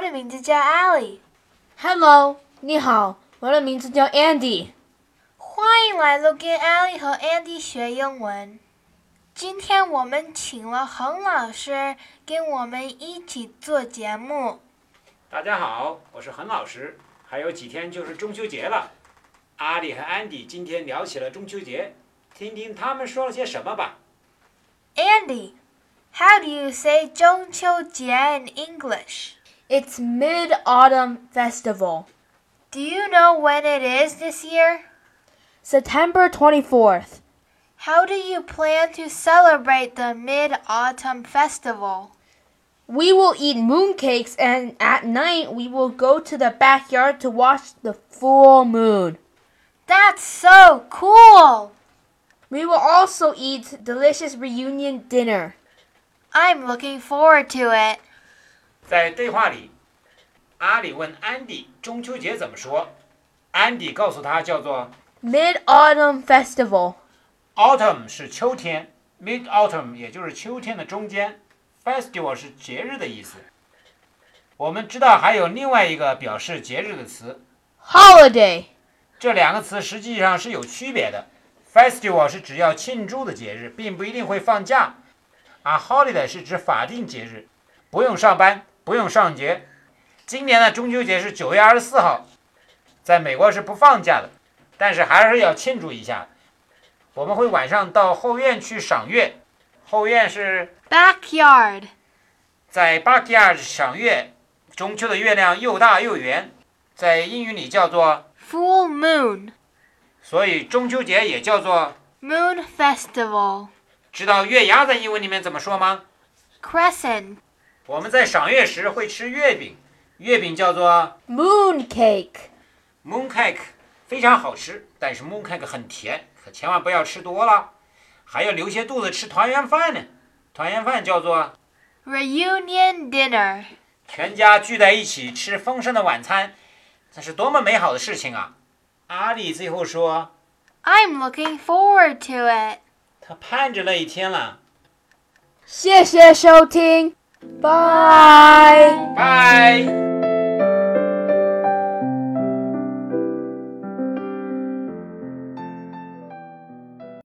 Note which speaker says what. Speaker 1: 的名字叫 Ally，
Speaker 2: Hello，你好，我的名字叫 Andy。
Speaker 1: 欢迎来都跟 Ally 和 Andy 学英文。今天我们请了恒老师跟我们一起做节目。
Speaker 3: 大家好，我是恒老师。还有几天就是中秋节了，阿里和安迪今天聊起了中秋节，听听他们说了些什么吧。
Speaker 1: Andy, how do you say 中秋节 in English?
Speaker 2: It's Mid Autumn Festival,
Speaker 1: Do you know when it is this year?
Speaker 2: September 24th.
Speaker 1: How do you plan to celebrate the Mid Autumn Festival?
Speaker 2: We will eat mooncakes and at night we will go to the backyard to watch the full moon.
Speaker 1: That's so cool!
Speaker 2: We will also eat delicious reunion dinner.
Speaker 1: I'm looking forward to it.
Speaker 3: 在对话里，阿里问安迪中秋节怎么说，安迪告诉他叫做
Speaker 2: Mid Autumn Festival.
Speaker 3: autumn 是秋天，mid autumn 也就是秋天的中间，festival 是节日的意思。我们知道还有另外一个表示节日的词
Speaker 2: Holiday.
Speaker 3: 这两个词实际上是有区别的。Festival 是指要庆祝的节日，并不一定会放假；而 holiday 是指法定节日，不用上班，不用上学。今年的中秋节是九月二十四号，在美国是不放假的，但是还是要庆祝一下。我们会晚上到后院去赏月，后院是
Speaker 1: Backyard.
Speaker 3: 在 backyard 赏月。中秋的月亮又大又圆，在英语里叫做，
Speaker 1: Full Moon.
Speaker 3: 所以中秋节也叫做
Speaker 1: Moon Festival.
Speaker 3: 知道月牙在英文里面怎么说吗？
Speaker 1: Crescent.
Speaker 3: 我们在赏月时会吃月饼，月饼叫做
Speaker 2: Mooncake.
Speaker 3: mooncake，非常好吃，但是 mooncake 很甜，可千万不要吃多了，还要留些肚子吃团圆饭呢。团圆饭叫做
Speaker 1: Reunion Dinner.
Speaker 3: 全家聚在一起吃丰盛的晚餐，这是多么美好的事情啊！阿里最后说，
Speaker 1: I'm looking forward to it.
Speaker 3: 他盼着那一天了。
Speaker 2: 谢谢收听，拜。
Speaker 3: 拜。